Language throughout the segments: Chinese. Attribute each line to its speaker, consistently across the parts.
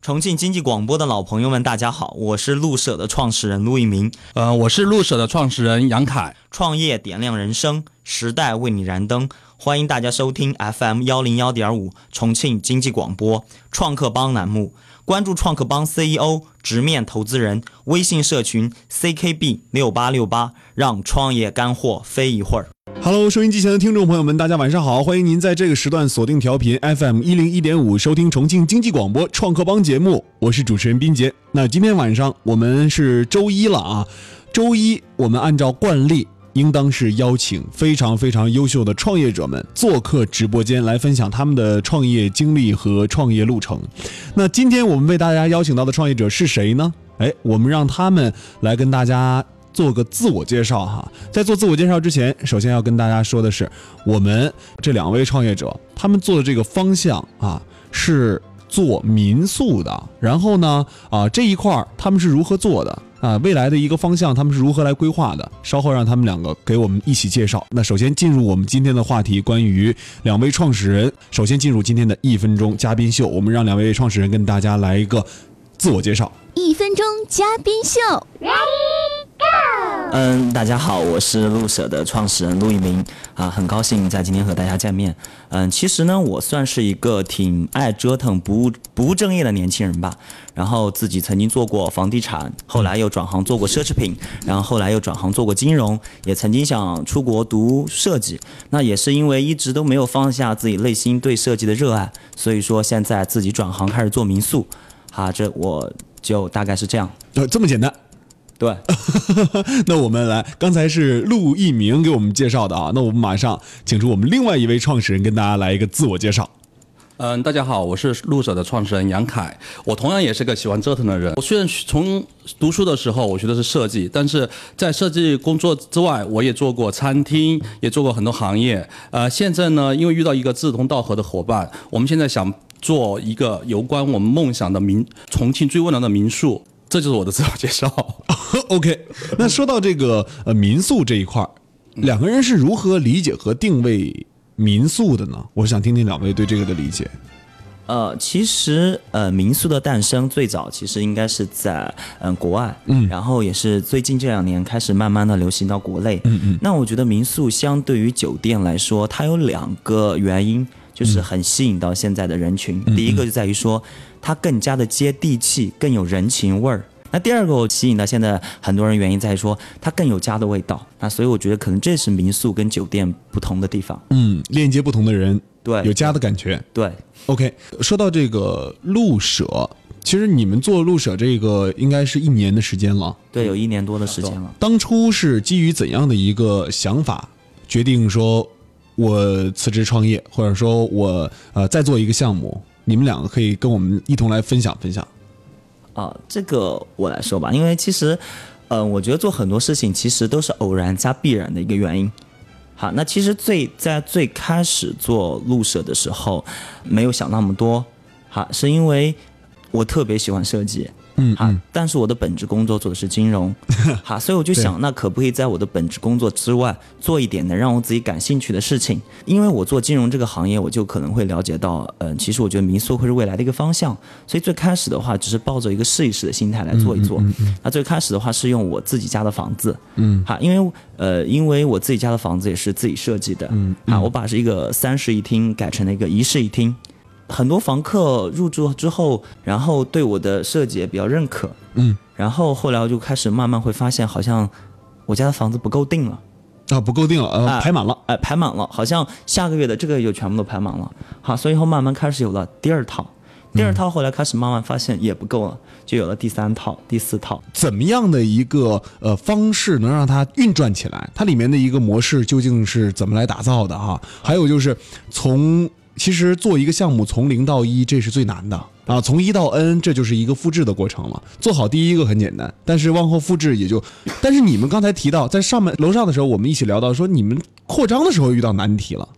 Speaker 1: 重庆经济广播的老朋友们，大家好，我是路舍的创始人陆一鸣。
Speaker 2: 呃，我是路舍的创始人杨凯。
Speaker 1: 创业点亮人生，时代为你燃灯。欢迎大家收听 FM 幺零幺点五重庆经济广播创客帮栏目，关注创客帮 CEO 直面投资人微信社群 CKB 六八六八，让创业干货飞一会儿。
Speaker 3: Hello，收音机前的听众朋友们，大家晚上好！欢迎您在这个时段锁定调频 FM 一零一点五，收听重庆经济广播创客帮节目，我是主持人斌杰。那今天晚上我们是周一了啊，周一我们按照惯例，应当是邀请非常非常优秀的创业者们做客直播间，来分享他们的创业经历和创业路程。那今天我们为大家邀请到的创业者是谁呢？哎，我们让他们来跟大家做个自我介绍哈。在做自我介绍之前，首先要跟大家说的是，我们这两位创业者他们做的这个方向啊是做民宿的，然后呢啊这一块儿他们是如何做的？啊，未来的一个方向，他们是如何来规划的？稍后让他们两个给我们一起介绍。那首先进入我们今天的话题，关于两位创始人。首先进入今天的一分钟嘉宾秀，我们让两位创始人跟大家来一个自我介绍。
Speaker 4: 一分钟嘉宾秀，
Speaker 1: 嗯，大家好，我是路舍的创始人陆一鸣啊，很高兴在今天和大家见面。嗯，其实呢，我算是一个挺爱折腾、不务不务正业的年轻人吧。然后自己曾经做过房地产，后来又转行做过奢侈品，然后后来又转行做过金融，也曾经想出国读设计。那也是因为一直都没有放下自己内心对设计的热爱，所以说现在自己转行开始做民宿。啊，这我就大概是这样。
Speaker 3: 呃，这么简单。
Speaker 1: 对，
Speaker 3: 那我们来，刚才是陆一鸣给我们介绍的啊，那我们马上请出我们另外一位创始人跟大家来一个自我介绍。
Speaker 2: 嗯、大家好，我是路舍的创始人杨凯。我同样也是个喜欢折腾的人。我虽然从读书的时候我学的是设计，但是在设计工作之外，我也做过餐厅，也做过很多行业。呃，现在呢，因为遇到一个志同道合的伙伴，我们现在想做一个有关我们梦想的民重庆最温暖的民宿。这就是我的自我介绍。
Speaker 3: OK，那说到这个呃民宿这一块儿，两个人是如何理解和定位民宿的呢？我想听听两位对这个的理解。
Speaker 1: 呃，其实呃，民宿的诞生最早其实应该是在嗯、国外，嗯，然后也是最近这两年开始慢慢的流行到国内，嗯嗯。那我觉得民宿相对于酒店来说，它有两个原因，就是很吸引到现在的人群。第一个就在于说，它更加的接地气，更有人情味儿。那第二个我吸引到现在很多人原因在于说，它更有家的味道。那所以我觉得可能这是民宿跟酒店不同的地方。
Speaker 3: 嗯，链接不同的人，
Speaker 1: 对
Speaker 3: 有家的感觉。
Speaker 1: 对，
Speaker 3: OK，说到这个路舍，其实你们做路舍这个应该是一年的时间了。
Speaker 1: 对，有一年多的时间了。
Speaker 3: 当初是基于怎样的一个想法决定说，我辞职创业，或者说我呃再做一个项目？你们两个可以跟我们一同来分享分享。
Speaker 1: 啊，这个我来说吧，因为其实，呃，我觉得做很多事情其实都是偶然加必然的一个原因。好，那其实最在最开始做路舍的时候，没有想那么多，好，是因为我特别喜欢设计，
Speaker 3: 嗯
Speaker 1: 好，但是我的本职工作做的是金融， 好，所以我就想，那可不可以在我的本职工作之外做一点能让我自己感兴趣的事情？因为我做金融这个行业，我就可能会了解到，嗯、其实我觉得民宿会是未来的一个方向，所以最开始的话，只是抱着一个试一试的心态来做一做。那最开始的话是用我自己家的房子，嗯，好，因为呃，因为我自己家的房子也是自己设计的，嗯，啊，我把是一个三室一厅改成了一个一室一厅。很多房客入住之后，然后对我的设计也比较认可，
Speaker 3: 嗯，
Speaker 1: 然后后来我就开始慢慢会发现，好像我家的房子不够定了，
Speaker 3: 啊，不够定了，呃，
Speaker 1: 啊
Speaker 3: 排满了。
Speaker 1: 哎、排满了，好像下个月的这个月就全部都排满了，好，所以后慢慢开始有了第二套，第二套后来开始慢慢发现也不够了，就有了第三套、第四套。
Speaker 3: 怎么样的一个呃方式能让它运转起来？它里面的一个模式究竟是怎么来打造的哈、还有就是从其实做一个项目从零到一，这是最难的啊，从一到 n 这就是一个复制的过程了。做好第一个很简单，但是往后复制也就……但是你们刚才提到在上面楼上的时候，我们一起聊到说你们扩张的时候遇到难题了。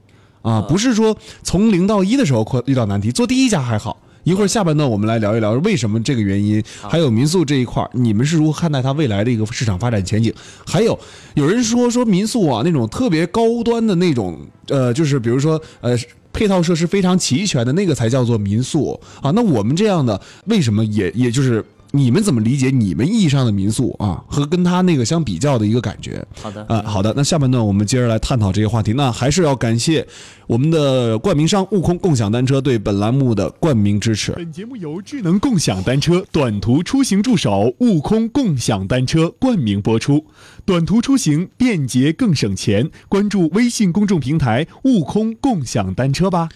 Speaker 3: 啊，不是说从零到一的时候扩遇到难题，做第一家还好。一会儿下半段我们来聊一聊为什么这个原因，还有民宿这一块儿，你们是如何看待它未来的一个市场发展前景？还有有人说说民宿啊，那种特别高端的那种，呃，就是比如说呃配套设施非常齐全的那个才叫做民宿啊。那我们这样的，为什么也也就是你们怎么理解你们意义上的民宿啊，和跟他那个相比较的一个感觉？
Speaker 1: 好的，
Speaker 3: 啊、好的，那下半段我们接着来探讨这些话题。那还是要感谢我们的冠名商悟空共享单车对本栏目的冠名支持。本节目由智能共享单车短途出行助手悟空共享单车冠名播出。短途出行便捷更省钱，关注微信公众平台“悟空共享单车”吧。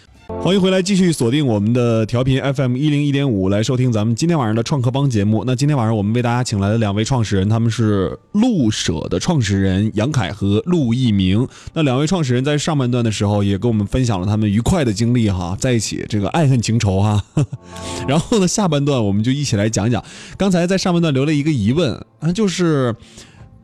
Speaker 3: 欢迎回来，继续锁定我们的调频 FM 一零一点五，来收听咱们今天晚上的创客帮节目。那今天晚上我们为大家请来的两位创始人，他们是路舍的创始人杨凯和陆一鸣。那两位创始人在上半段的时候也跟我们分享了他们愉快的经历哈，在一起这个爱恨情仇哈。 然后呢，下半段我们就一起来讲讲，刚才在上半段留了一个疑问啊，就是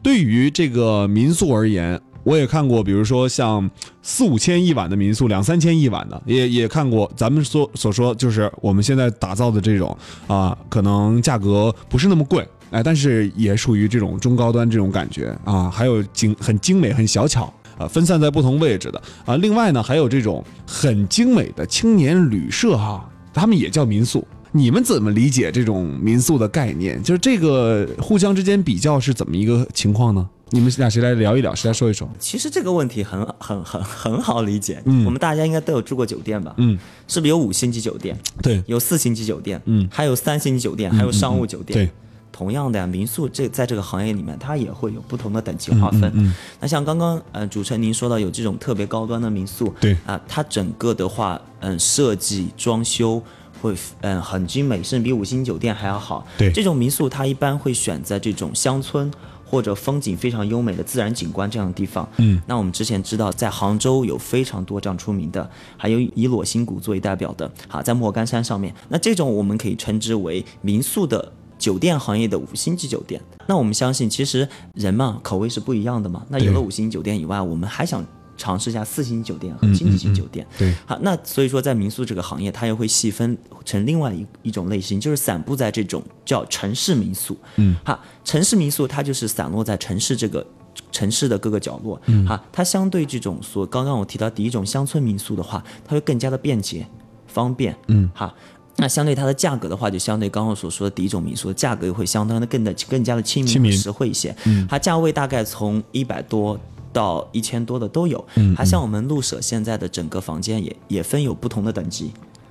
Speaker 3: 对于这个民宿而言，我也看过，比如说像四五千一晚的民宿，两三千一晚的，也也看过。咱们所所说就是我们现在打造的这种啊，可能价格不是那么贵，哎，但是也属于这种中高端这种感觉啊，还有精很精美、很小巧。啊，分散在不同位置的啊，另外呢，还有这种很精美的青年旅社哈、他们也叫民宿。你们怎么理解这种民宿的概念？就是这个互相之间比较是怎么一个情况呢？你们俩谁来聊一聊，谁来说一说？
Speaker 1: 其实这个问题很很很很好理解，我们大家应该都有住过酒店吧？
Speaker 3: 嗯，
Speaker 1: 是不是有五星级酒店，
Speaker 3: 对，
Speaker 1: 有四星级酒店，
Speaker 3: 嗯
Speaker 1: 还有三星级酒店，还有商务酒店，
Speaker 3: 对，
Speaker 1: 同样的呀，民宿这在这个行业里面，它也会有不同的等级划
Speaker 3: 嗯
Speaker 1: 分。那像刚刚呃主持人您说到有这种特别高端的民宿，
Speaker 3: 对
Speaker 1: 啊、它整个的话，嗯、设计装修会嗯、很精美，甚至比五星酒店还要好。
Speaker 3: 对
Speaker 1: 这种民宿它一般会选在这种乡村。或者风景非常优美的自然景观这样的地方，嗯，那我们之前知道，在杭州有非常多这样出名的，还有以裸心谷作为代表的，好，在莫干山上面，那这种我们可以称之为民宿的酒店行业的五星级酒店。那我们相信，其实人嘛，口味是不一样的嘛。那有了五星级酒店以外，我们还想尝试一下四星级酒店和星级型酒店。
Speaker 3: 对，
Speaker 1: 好，那所以说在民宿这个行业，它又会细分成另外一一种类型，就是散布在这种叫城市民宿。嗯，哈，城市民宿它就是散落在城市这个。城市的各个角落，哈、它相对这种所刚刚我提到第一种乡村民宿的话，它会更加的便捷、方便，嗯，哈。那相对它的价格的话，就相对刚刚所说的第一种民宿的价格会相当的更的更加的亲民、
Speaker 3: 亲民嗯
Speaker 1: 实惠一些。它价位大概从一百多到一千多的都有。
Speaker 3: 嗯
Speaker 1: 它像我们路舍现在的整个房间也也分有不同的等级，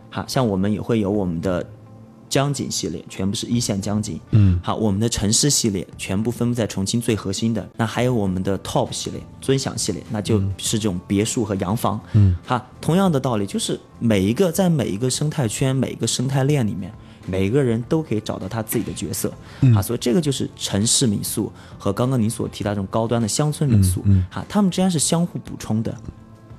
Speaker 1: 好，像我们也会有我们的江景系列，全部是一线江景。嗯，好，我们的城市系列全部分布在重庆最核心的，那还有我们的 TOP 系列、尊享系列，那就是这种别墅和洋房。嗯，好，同样的道理，就是每一个在每一个生态圈、每一个生态链里面。每个人都可以找到他自己的角色、啊，所以这个就是城市民宿和刚刚您所提到这种高端的乡村民宿、啊，他们之间是相互补充的。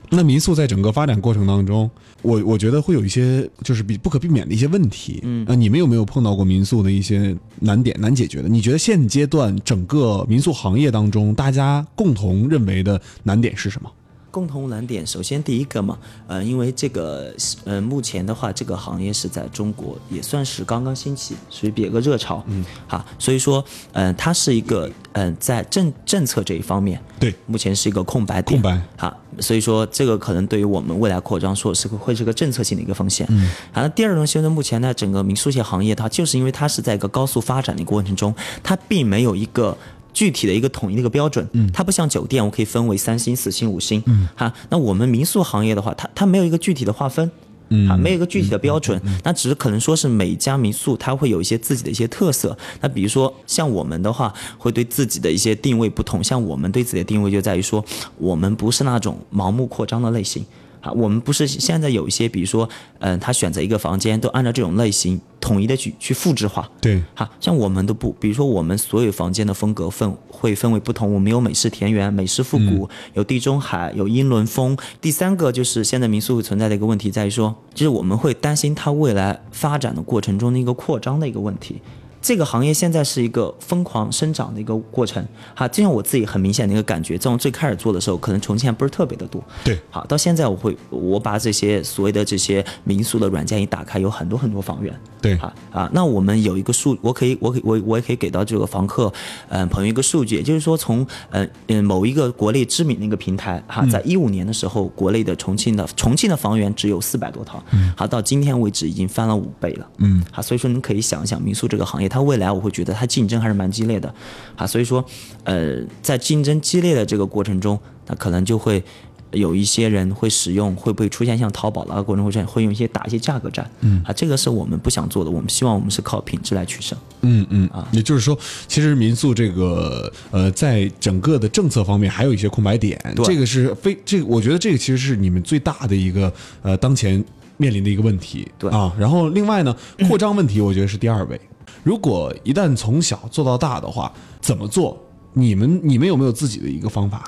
Speaker 3: 那民宿在整个发展过程当中，我我觉得会有一些就是比不可避免的一些问题。嗯，啊，你们有没有碰到过民宿的一些难点、难解决的？你觉得现阶段整个民宿行业当中，大家共同认为的难点是什么？
Speaker 1: 共同难点，首先第一个嘛，呃，因为这个，呃，目前的话，这个行业是在中国也算是刚刚兴起，属于比较个热潮，嗯，好，所以说，嗯、它是一个，嗯、在政政策这一方面，
Speaker 3: 对
Speaker 1: 目前是一个空白点，
Speaker 3: 空白
Speaker 1: 好，所以说这个可能对于我们未来扩张说是个会是个政策性的一个风险。嗯，好，那第二种现在目前呢，整个民宿业行业它就是因为它是在一个高速发展的一个过程中，它并没有一个。具体的一个统一的一个标准，嗯，它不像酒店，我可以分为三星、四星、五星，嗯，哈，那我们民宿行业的话，它它没有一个具体的划分，嗯，啊，没有一个具体的标准，那只是可能说是每一家民宿它会有一些自己的一些特色。那比如说像我们的话，会对自己的一些定位不同，像我们对自己的定位就在于说，我们不是那种盲目扩张的类型。啊，我们不是现在有一些，比如说，嗯、他选择一个房间都按照这种类型统一的去去复制化，
Speaker 3: 对
Speaker 1: 好像我们都不，比如说我们所有房间的风格分会分为不同，我们有美式田园、美式复古，有地中海，有英伦风。第三个就是现在民宿存在的一个问题在于说，就是我们会担心它未来发展的过程中的一个扩张的一个问题。这个行业现在是一个疯狂生长的一个过程。哈，就像我自己很明显的一个感觉，在我最开始做的时候，可能重庆还不是特别的多。
Speaker 3: 对
Speaker 1: 好，到现在我会，我把这些所谓的这些民宿的软件一打开，有很多很多房源。
Speaker 3: 对
Speaker 1: 啊啊，那我们有一个数，我可以，我可以，我我也可以给到这个房客，嗯、朋友一个数据，也就是说从，嗯嗯某一个国内知名的一个平台哈、在一五年的时候，国内的重庆的重庆的房源只有四百多套，好、到今天为止已经翻了五倍了，嗯，好、所以说你可以想一想民宿这个行业，它未来我会觉得它竞争还是蛮激烈的，啊，所以说，呃，在竞争激烈的这个过程中，那可能就会。有一些人会使用，会不会出现像淘宝啦、国内会会用一些打一些价格战？嗯啊，这个是我们不想做的，我们希望我们是靠品质来取胜。
Speaker 3: 嗯嗯啊，也就是说，其实民宿这个呃，在整个的政策方面还有一些空白点，
Speaker 1: 对
Speaker 3: 这个是非这个，我觉得这个其实是你们最大的一个呃当前面临的一个问题，
Speaker 1: 对
Speaker 3: 啊。然后另外呢，扩张问题我觉得是第二位，如果一旦从小做到大的话，怎么做？你们你们有没有自己的一个方法？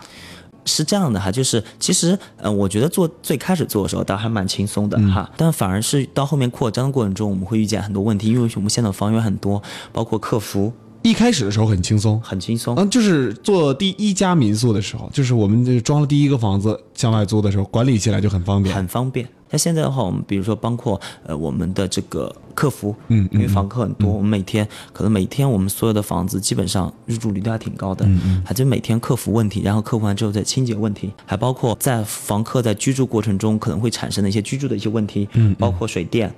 Speaker 1: 是这样的哈，就是其实呃，我觉得做最开始做的时候倒还蛮轻松的哈，但反而是到后面扩张的过程中，我们会遇见很多问题，因为我们现在房源很多，包括客服
Speaker 3: 一开始的时候很轻松，
Speaker 1: 很轻松。
Speaker 3: 嗯，就是做第一家民宿的时候，就是我们这装了第一个房子向外租的时候，管理起来就很方便，
Speaker 1: 很方便。那现在的话，我们比如说包括呃我们的这个客服，嗯，因为房客很多，我们每天可能每天我们所有的房子基本上入住率都还挺高的，嗯嗯，还就每天客服问题，然后客服完之后再清洁问题，还包括在房客在居住过程中可能会产生的一些居住的一些问题，嗯，包括水电。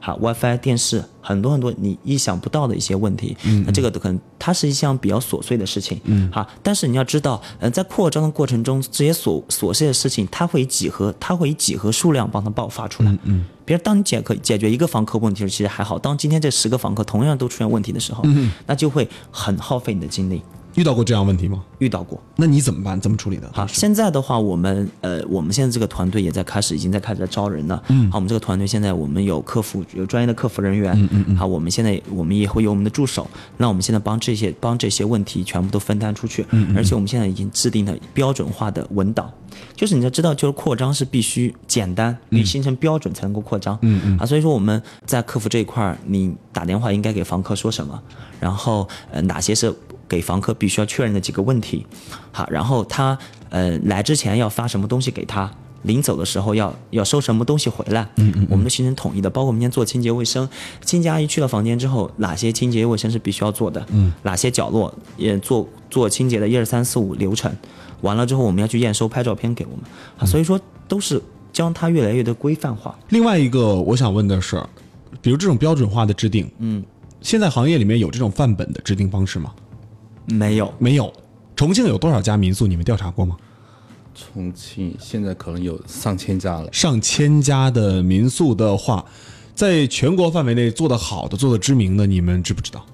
Speaker 1: 好，WiFi、电视，很多很多你意想不到的一些问题。嗯，那这个可能它是一项比较琐碎的事情。嗯，好，但是你要知道，呃，在扩张的过程中，这些琐琐碎的事情，它会以几何，它会以几何数量帮它爆发出来。嗯，比如当你解可解决一个房客问题的时候，其实还好；当今天这十个房客同样都出现问题的时候，嗯，那就会很耗费你的精力。
Speaker 3: 遇到过这样问题吗？
Speaker 1: 遇到过，
Speaker 3: 那你怎么办？怎么处理的？
Speaker 1: 好，现在的话，我们呃，我们现在这个团队也在开始，已经在开始在招人了。嗯，好，我们这个团队现在我们有客服，有专业的客服人员。嗯嗯好，我们现在我们也会有我们的助手。那我们现在帮这些帮这些问题全部都分担出去。嗯而且我们现在已经制定了标准化的文档，就是你要知道，就是扩张是必须简单，你形成标准才能够扩张。嗯嗯。啊，所以说我们在客服这一块儿，你打电话应该给房客说什么，然后呃哪些是给房客必须要确认的几个问题，好，然后他呃来之前要发什么东西给他，临走的时候要要收什么东西回来，嗯嗯，我们都形成统一的，包括我们今天做清洁卫生，清洁阿姨去了房间之后，哪些清洁卫生是必须要做的，嗯，哪些角落也做做清洁的一二三四五流程，完了之后我们要去验收拍照片给我们，啊，所以说都是将它越来越的规范化，
Speaker 3: 另外一个我想问的是，比如这种标准化的制定，嗯，现在行业里面有这种范本的制定方式吗？
Speaker 1: 没有，
Speaker 3: 没有。重庆有多少家民宿？你们调查过吗？
Speaker 2: 重庆现在可能有上千家了。
Speaker 3: 上千家的民宿的话，在全国范围内做得好的、做得知名的，你们知不知道？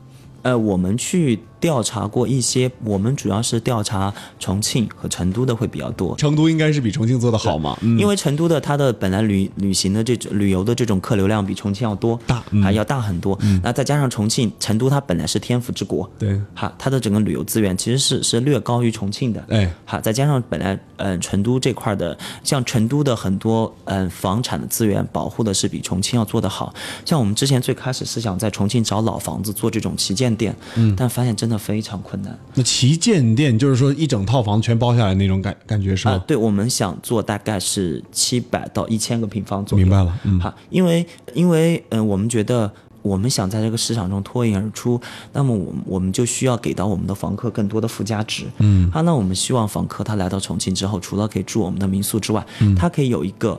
Speaker 1: 呃，我们去调查过一些，我们主要是调查重庆和成都的会比较多，
Speaker 3: 成都应该是比重庆做得好嘛？嗯，
Speaker 1: 因为成都的它的本来旅旅行的这种旅游的这种客流量比重庆要多，
Speaker 3: 大嗯
Speaker 1: 还要大很多。那再加上重庆、成都，它本来是天府之国，
Speaker 3: 对，
Speaker 1: 哈，它的整个旅游资源其实是是略高于重庆的，
Speaker 3: 哎
Speaker 1: 哈，再加上本来嗯、呃成都这块的，像成都的很多嗯、呃房产的资源保护的是比重庆要做得好，像我们之前最开始是想在重庆找老房子做这种旗舰店，嗯，但发现真的非常困难，
Speaker 3: 那旗舰店就是说一整套房全包下来那种感感觉是
Speaker 1: 啊、
Speaker 3: 吗？
Speaker 1: 对，我们想做大概是七百到一千个平方左右。
Speaker 3: 明白了嗯
Speaker 1: 好，因为因为嗯、呃我们觉得我们想在这个市场中脱颖而出，那么我们我们就需要给到我们的房客更多的附加值。嗯，好，那我们希望房客他来到重庆之后，除了可以住我们的民宿之外，
Speaker 3: 嗯
Speaker 1: 他可以有一个。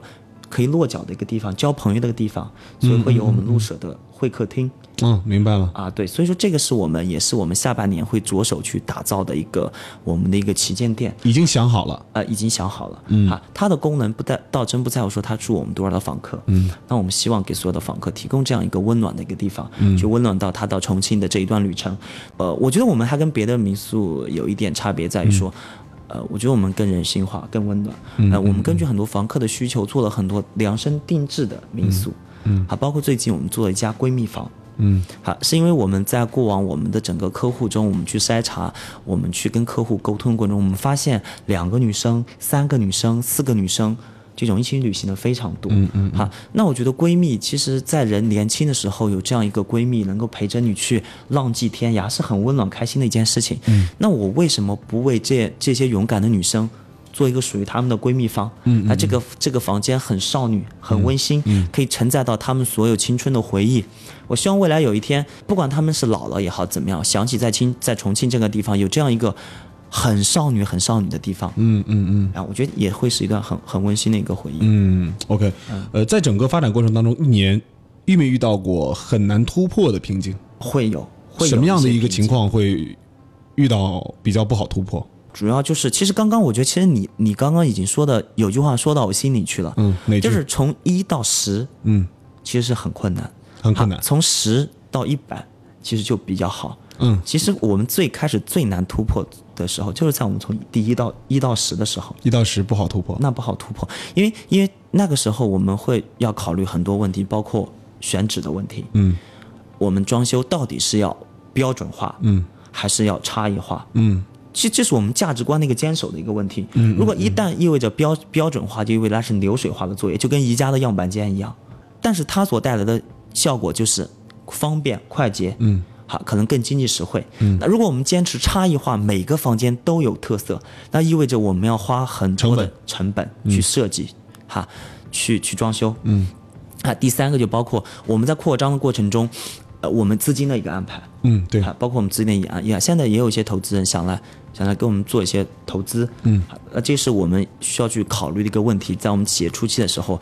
Speaker 1: 可以落脚的一个地方，交朋友的一个地方，所以会有我们路舍的会客厅。
Speaker 3: 嗯，明白了。
Speaker 1: 啊，对，所以说这个是我们也是我们下半年会着手去打造的一个我们的一个旗舰店。
Speaker 3: 已经想好了。
Speaker 1: 呃，已经想好了，嗯，啊，它的功能不在，倒真不在乎说它住我们多少的房客，嗯，那我们希望给所有的房客提供这样一个温暖的一个地方，嗯，去温暖到他到重庆的这一段旅程，呃，我觉得我们还跟别的民宿有一点差别在于说。呃，我觉得我们更人性化、更温暖。呃，我们根据很多房客的需求做了很多量身定制的民宿，嗯，啊，包括最近我们做了一家闺蜜房，嗯，好，是因为我们在过往我们的整个客户中，我们去筛查，我们去跟客户沟通过程中，我们发现两个女生、三个女生、四个女生。这种一起旅行的非常多。嗯嗯。哈，那我觉得闺蜜其实，在人年轻的时候有这样一个闺蜜能够陪着你去浪迹天涯，是很温暖开心的一件事情。嗯。那我为什么不为这这些勇敢的女生？做一个属于她们的闺蜜房，嗯，那这个这个房间很少女，很温馨，
Speaker 3: 嗯
Speaker 1: 可以承载到她们所有青春的回忆。我希望未来有一天，不管她们是老了也好，怎么样，想起在青在重庆这个地方有这样一个很少女、很少女的地方，嗯嗯嗯，啊，我觉得也会是一段很很温馨的一个回忆。
Speaker 3: 嗯，OK，呃，在整个发展过程当中，一年遇没遇到过很难突破的瓶颈？
Speaker 1: 会有会有
Speaker 3: 什么样的
Speaker 1: 些
Speaker 3: 一个
Speaker 1: 瓶
Speaker 3: 情
Speaker 1: 颈？
Speaker 3: 况会遇到比较不好突破？
Speaker 1: 主要就是，其实刚刚我觉得，其实你你刚刚已经说的有句话说到我心里去了，
Speaker 3: 嗯，哪句？
Speaker 1: 就是从一到十
Speaker 3: 嗯，
Speaker 1: 其实是很困难。
Speaker 3: 很困难
Speaker 1: 啊。从十到一百，其实就比较好。
Speaker 3: 嗯，
Speaker 1: 其实我们最开始最难突破的时候，就是在我们从第一到一到十的时候，
Speaker 3: 一到十不好突破。
Speaker 1: 那不好突破，因为因为那个时候我们会要考虑很多问题，包括选址的问题。
Speaker 3: 嗯
Speaker 1: 我们装修到底是要标准化，
Speaker 3: 嗯，
Speaker 1: 还是要差异化？
Speaker 3: 嗯
Speaker 1: 其实这是我们价值观的一个坚守的一个问题。嗯，如果一旦意味着标标准化，就意味着它是流水化的作业，就跟宜家的样板间一样。但是它所带来的效果就是方便快捷，
Speaker 3: 嗯，
Speaker 1: 好，可能更经济实惠。嗯，那如果我们坚持差异化，每个房间都有特色，那意味着我们要花很多的成本去设计，哈，去去装修，嗯，啊，第三个就包括我们在扩张的过程中，呃，我们资金的一个安排，
Speaker 3: 嗯，对，
Speaker 1: 啊，包括我们资金也啊也现在也有一些投资人想来想来跟我们做一些投资，嗯，那这是我们需要去考虑的一个问题，在我们企业初期的时候，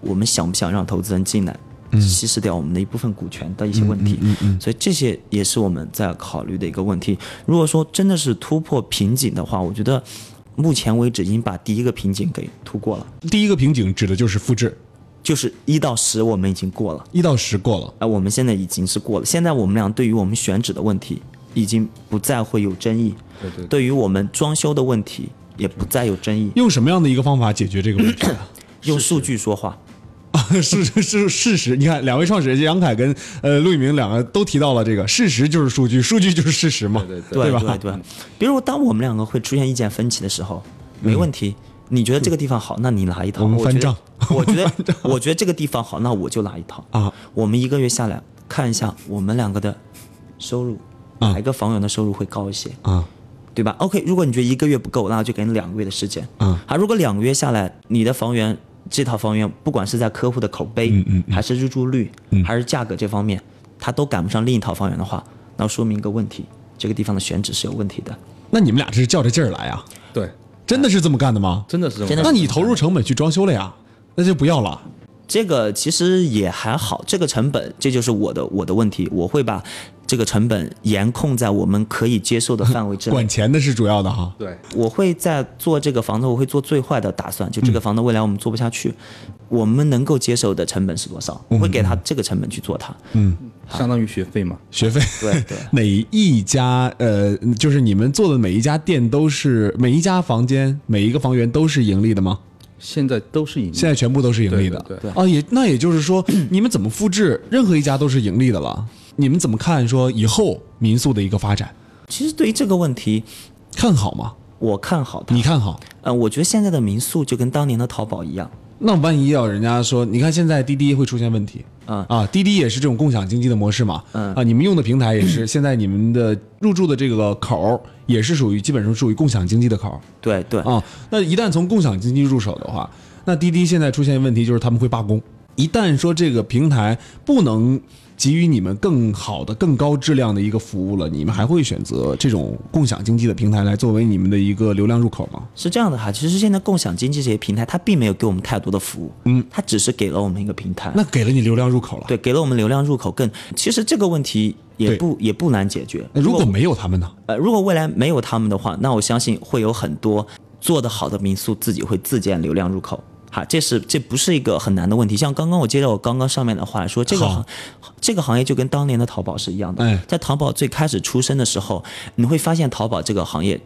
Speaker 1: 我们想不想让投资人进来，稀释掉我们的一部分股权的一些问题，嗯嗯所以这些也是我们在考虑的一个问题。如果说真的是突破瓶颈的话，我觉得目前为止已经把第一个瓶颈给突过了，
Speaker 3: 第一个瓶颈指的就是复制，
Speaker 1: 就是一到十我们已经过了。
Speaker 3: 一到十过了。
Speaker 1: 啊，我们现在已经是过了。现在我们俩对于我们选址的问题，已经不再会有争议；
Speaker 2: 对对
Speaker 1: 对于嗯我们装修的问题，也不再有争议。
Speaker 3: 用什么样的一个方法解决这个问题 啊？
Speaker 1: 用数据说话，
Speaker 3: 是是是事实，你看两位创始人杨凯跟呃陆一鸣两个都提到了这个事实就是数据，数据就是事实嘛，
Speaker 2: 对对
Speaker 1: 对嗯
Speaker 3: 吧？
Speaker 1: 对对。比如，当我们两个会出现意见分歧的时候，没问题。你觉得这个地方好，那你拿一套。
Speaker 3: 嗯我们
Speaker 1: 我觉
Speaker 3: 翻
Speaker 1: 得
Speaker 3: 账
Speaker 1: 我觉 得，我觉得这个地方好，那我就拿一套。
Speaker 3: 啊，
Speaker 1: 我们一个月下来看一下我们两个的收入，
Speaker 3: 啊
Speaker 1: 哪一个房源的收入会高一些？
Speaker 3: 啊，
Speaker 1: 对吧？OK，如果你觉得一个月不够，那就给你两个月的时间。
Speaker 3: 嗯
Speaker 1: 啊，如果两个月下来，你的房源这套房源，不管是在客户的口碑，
Speaker 3: 嗯嗯
Speaker 1: 还是入住率，还是价格这方面，它都赶不上另一套房源的话，那说明一个问题，这个地方的选址是有问题的。
Speaker 3: 那你们俩这是较着劲儿来啊？
Speaker 2: 对，
Speaker 3: 真的是这么干的吗？
Speaker 2: 真的是这么
Speaker 1: 真的
Speaker 2: 干
Speaker 3: 那你投入成本去装修了呀？那就不要了。
Speaker 1: 这个其实也还好，这个成本，这就是我的我的问题，我会把这个成本严控在我们可以接受的范围 之内。
Speaker 3: 管钱的是主要的哈。
Speaker 2: 对，
Speaker 1: 我会在做这个房子，我会做最坏的打算，就这
Speaker 3: 嗯
Speaker 1: 个房子未来我们做不下去，我们能够接受的成本是多少？
Speaker 3: 嗯
Speaker 1: 我会给他这个成本去做它。
Speaker 2: 相当于学费嘛。
Speaker 3: 学费
Speaker 1: 对对
Speaker 3: 哪一家呃，就是你们做的每一家店都是每一家房间每一个房源都是盈利的吗？
Speaker 2: 现在都是以
Speaker 3: 现在全部都是盈利的。
Speaker 2: 对对
Speaker 3: 啊，也那也就是说， 你们怎么复制？任何一家都是盈利的了。你们怎么看说以后民宿的一个发展？
Speaker 1: 其实对于这个问题，
Speaker 3: 看好吗？
Speaker 1: 我看好它。
Speaker 3: 你，看好？
Speaker 1: 呃，我觉得现在的民宿就跟当年的淘宝一样，
Speaker 3: 那万一要人家说，你看现在滴滴会出现问题，
Speaker 1: 嗯
Speaker 3: 啊，滴滴也是这种共享经济的模式嘛，
Speaker 1: 嗯
Speaker 3: 啊，你们用的平台也 是，现在你们的入驻的这个口儿也是属于基本上属于共享经济的口儿
Speaker 1: 对对，
Speaker 3: 啊。那一旦从共享经济入手的话，那滴滴现在出现问题就是他们会罢工。一旦说这个平台不能给予你们更好的、更高质量的一个服务了，你们还会选择这种共享经济的平台来作为你们的一个流量入口吗？
Speaker 1: 是这样的哈。其实现在共享经济这些平台，它并没有给我们太多的服务，嗯，它只是给了我们一个平台。
Speaker 3: 那给了你流量入口了，
Speaker 1: 对，给了我们流量入口更，其实这个问题也
Speaker 3: 对
Speaker 1: 不也不难解决。
Speaker 3: 那如果没有他们呢？
Speaker 1: 呃，如果未来没有他们的话，那我相信会有很多做得好的民宿自己会自建流量入口。哈，这是这不是一个很难的问题。像刚刚我接着我刚刚上面的话说，这个
Speaker 3: 好
Speaker 1: 行这个行业就跟当年的淘宝是一样的。
Speaker 3: 哎
Speaker 1: 在淘宝最开始出生的时候，你会发现淘宝这个行业。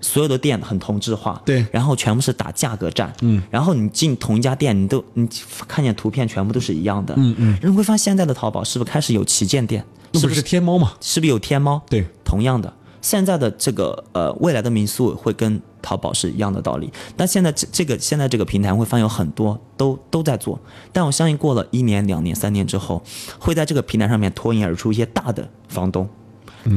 Speaker 1: 所有的店很同质化，
Speaker 3: 对
Speaker 1: 然后全部是打价格战，嗯，然后你进同一家店，你都你看见图片全部都是一样的，嗯嗯，你会发现现在的淘宝是不是开始有旗舰店，
Speaker 3: 那
Speaker 1: 是
Speaker 3: 不
Speaker 1: 不
Speaker 3: 是
Speaker 1: 是
Speaker 3: 天猫嘛？
Speaker 1: 是不是有天猫？
Speaker 3: 对，
Speaker 1: 同样的，现在的这个呃未来的民宿会跟淘宝是一样的道理，但现在这这个现在这个平台会发现有很多都都在做，但我相信过了一年、两年、三年之后，会在这个平台上面脱颖而出一些大的房东。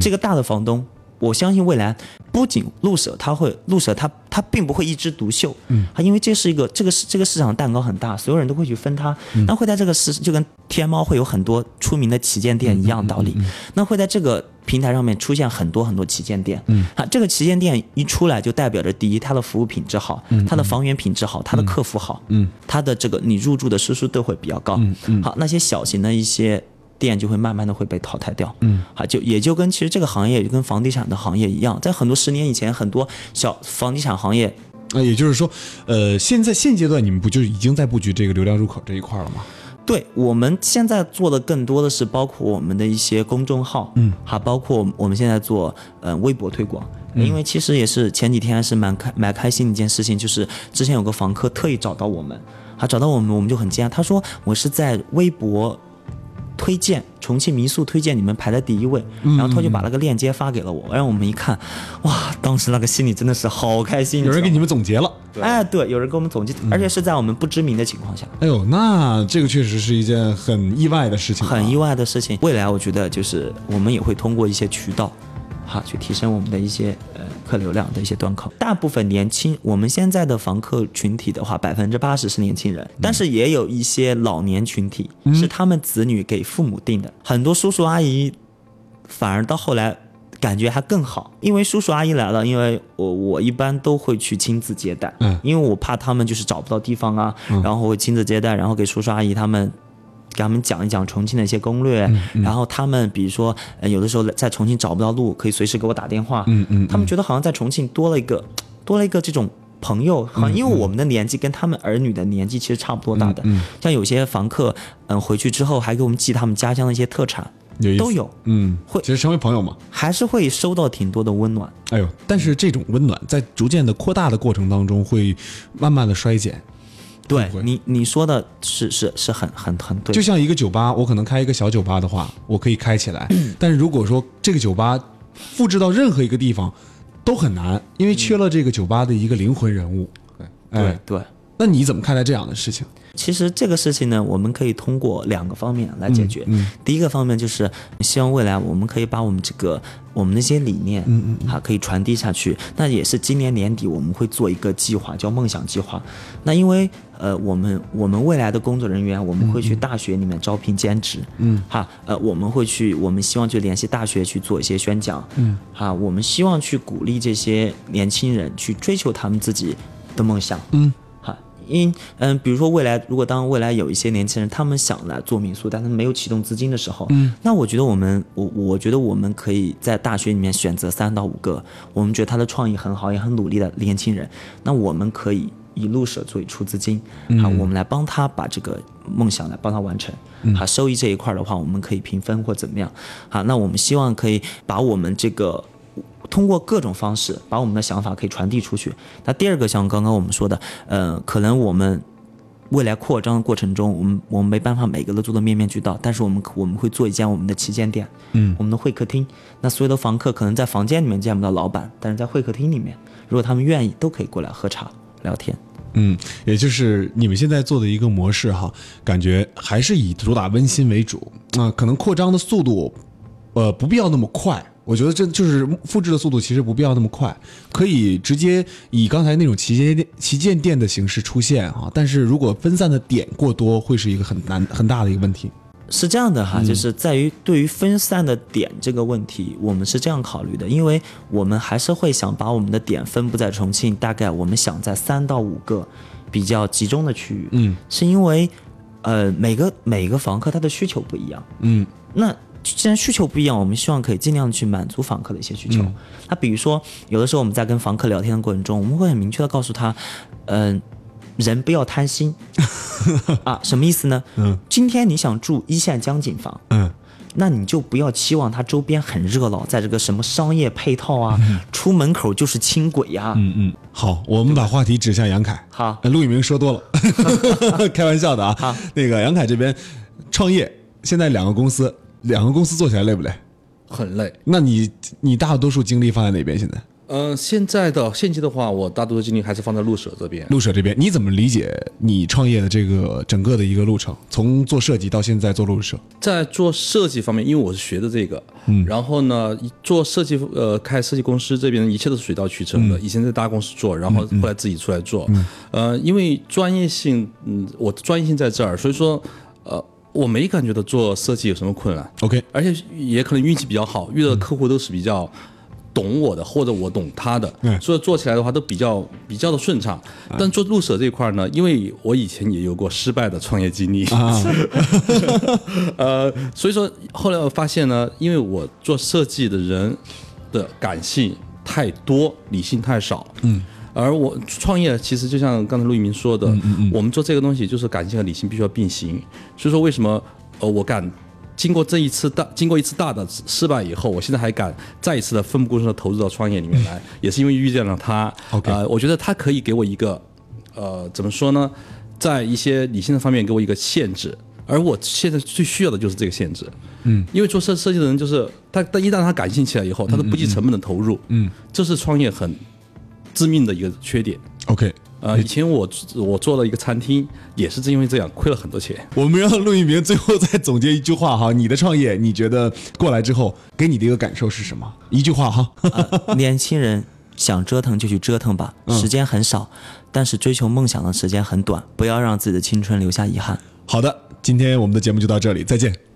Speaker 1: 这个大的房东，我相信未来不仅路舍它会路舍它它并不会一枝独秀，嗯，它因为这是一个这个市这个市场蛋糕很大，所有人都会去分它，那会在这个市就跟天猫会有很多出名的旗舰店一样道理，那会在这个平台上面出现很多很多旗舰店，嗯，啊，这个旗舰店一出来就代表着第一，它的服务品质好，它的房源品质好，它的客服好，嗯，它的这个你入住的舒适度会比较高，嗯，好，那些小型的一些。店就会慢慢的会被淘汰掉，嗯，啊，就也就跟其实这个行业也就跟房地产的行业一样，在很多十年以前，很多小房地产行业
Speaker 3: 那也就是说，呃，现在现阶段你们不就已经在布局这个流量入口这一块了吗？
Speaker 1: 对我们现在做的更多的是包括我们的一些公众号，嗯，还包括我们现在做呃微博推广，因为其实也是前几天还是蛮开蛮开心的一件事情，就是之前有个房客特意找到我们，他找到我们我们就很惊讶，他说我是在微博。推荐重庆民宿推荐你们排在第一位，然后他就把那个链接发给了我，哎让我们一看，哇，当时那个心里真的是好开心。
Speaker 3: 有人给
Speaker 1: 知
Speaker 3: 你们总结了。
Speaker 1: 道吗哎，对，嗯有人给我们总结，而且是在我们不知名的情况下。
Speaker 3: 哎呦，那这个确实是一件很意外的事情、啊，
Speaker 1: 很意。外的事情。未来我觉得就是我们也会通过一些渠道，哈，去提升我们的一些呃客流量的一些端口。大部分年轻，我们现在的房客群体的话，百分之八十是年轻
Speaker 3: 嗯
Speaker 1: 人，但是也有一些老年群体、是他们子女给父母定的，很多叔叔阿姨反而到后来。感觉还更好，因为叔叔阿姨来了，因为我我一般都会去亲自接待，
Speaker 3: 嗯
Speaker 1: 因为我怕他们就是找不到地方啊，然后会亲自接待，然后给叔叔阿姨他们给他们讲一讲重庆的一些攻略，
Speaker 3: 嗯
Speaker 1: 然后他们比如说、呃有的时候在重庆找不到路，可以随时给我打电话。
Speaker 3: 嗯嗯
Speaker 1: 他们觉得好像在重庆多了一个多了一个这种朋友，好像因为我们的年纪跟他们儿女的年纪其实差不多大的。
Speaker 3: 嗯
Speaker 1: 像有些房客，嗯、回去之后还给我们寄他们家乡的一些特产，
Speaker 3: 有意思
Speaker 1: 都有，
Speaker 3: 嗯，
Speaker 1: 会
Speaker 3: 其实成为朋友嘛。
Speaker 1: 还是会收到挺多的温暖。
Speaker 3: 哎呦，但是这种温暖在逐渐的扩大的过程当中，会慢慢的衰减。
Speaker 1: 对
Speaker 3: 会
Speaker 1: 你你说的是是是很很很对的，
Speaker 3: 就像一个酒吧，我可能开一个小酒吧的话，我可以开 起来。但是如果说这个酒吧复制到任何一个地方都很难，因为缺了这个酒吧的一个灵魂人物。
Speaker 1: 对、
Speaker 3: 哎，
Speaker 1: 对。
Speaker 3: 那你怎么看待这样的事情？
Speaker 1: 其实这个事情呢，我们可以通过两个方面来解决。第一个方面就是希望未来我们可以把我们这个我们那些理念，嗯嗯，啊，可以传递下去。那也是今年年底我们会做一个计划，叫梦想计划。那因为呃，我们我们未来的工作人员，我们会去大学里面招聘兼职，嗯，哈，呃，我们会去，我们希望去联系大学去做一些宣讲，嗯，哈，我们希望去鼓励这些年轻人去追求他们自己的梦想，嗯，哈，因嗯，比如说未来，如果当未来有一些年轻人他们想来做民宿，但他们没有启动资金的时候，嗯，那我觉得我们我我觉得我们可以在大学里面选择三到五个我们觉得他的创意很好也很努力的年轻人，那我们可以以入舍作为出资金，啊，我们来帮他把这个梦想来帮他完成，啊，收益这一块的话，我们可以平分或怎么样，啊，那我们希望可以把我们这个通过各种方式把我们的想法可以传递出去。那第二个，像刚刚我们说的，呃，可能我们未来扩张的过程中，我们我们没办法每个都做的面面俱到，但是我们我们会做一间我们的旗舰店，嗯，我们的会客厅。那所有的房客可能在房间里面见不到老板，但是在会客厅里面，如果他们愿意，都可以过来喝茶聊天。
Speaker 3: 嗯，也就是你们现在做的一个模式哈，感觉还是以主打温馨为主啊、可能扩张的速度，呃，不必要那么快。我觉得这就是复制的速度，其实不必要那么快，可以直接以刚才那种旗舰店、旗舰店的形式出现啊。但是如果分散的点过多，会是一个很难、很大的一个问题。
Speaker 1: 是这样的哈，就是在于对于分散的点这个问题，我们是这样考虑的，因为我们还是会想把我们的点分布在重庆，大概我们想在三到五个比较集中的区域，嗯，是因为呃每个每个房客他的需求不一样，
Speaker 3: 嗯，
Speaker 1: 那既然需求不一样，我们希望可以尽量去满足房客的一些需求。那比如说，有的时候我们在跟房客聊天的过程中，我们会很明确的告诉他，嗯、人不要贪心啊，什么意思呢？嗯，今天你想住一线江景房，
Speaker 3: 嗯，
Speaker 1: 那你就不要期望它周边很热闹，在这个什么商业配套啊，出门口就是轻轨啊呀、
Speaker 3: 嗯嗯，好，我们把话题指向杨凯。
Speaker 1: 好
Speaker 3: 呃陆一鸣说多了，开玩笑的啊。那个杨凯这边创业，现在两个公司，两个公司做起来累不累？
Speaker 2: 很累。
Speaker 3: 那你你大多数精力放在哪边？现在
Speaker 2: 嗯、现在的现期的话，我大多数精力还是放在入舍这边。
Speaker 3: 路舍这边，你怎么理解你创业的这个整个的一个路程？从做设计到现在做路舍，
Speaker 2: 在做设计方面，因为我是学的这个，嗯，然后呢，一做设计呃，开设计公司这边一切都是水到渠成
Speaker 3: 嗯
Speaker 2: 的。以前在大公司做，然后后来自己出来做，呃，因为专业性，嗯，我的专业性在这儿，所以说，呃，我没感觉到做设计有什么困难，
Speaker 3: OK，
Speaker 2: 而且也可能运气比较好，遇到的客户都是比较懂我的，或者我懂他的，
Speaker 3: 嗯
Speaker 2: 所以做起来的话都比较比较的顺畅。但做入舍这一块呢，因为我以前也有过失败的创业经历，呃，所以说后来我发现呢，因为我做设计的人的感性太多，理性太少，嗯。而我创业，其实就像刚才陆一鸣说的，我们做这个东西就是感性和理性必须要并行。所以说，为什么呃我敢经过这一次大，经过一次大的失败以后，我现在还敢再一次的奋不顾身的投入到创业里面来，也是因为遇见了他。
Speaker 3: OK
Speaker 2: 呃，我觉得他可以给我一个，呃，怎么说呢，在一些理性的方面给我一个限制，而我现在最需要的就是这个限制。嗯，因为做设设计的人就是他，他一旦他感性起来以后，他都不计成本的投入。嗯，这是创业很致命的一个缺点。
Speaker 3: OK，
Speaker 2: 呃，以前我我做了一个餐厅，也是因为这样亏了很多钱。
Speaker 3: 我们让陆一鸣最后再总结一句话哈，你的创业，你觉得过来之后给你的一个感受是什么？一句话哈，
Speaker 1: 呃年轻人想折腾就去折腾吧，
Speaker 3: 嗯
Speaker 1: 时间很少，但是追求梦想的时间很短，不要让自己的青春留下遗憾。
Speaker 3: 好的，今天我们的节目就到这里，再见。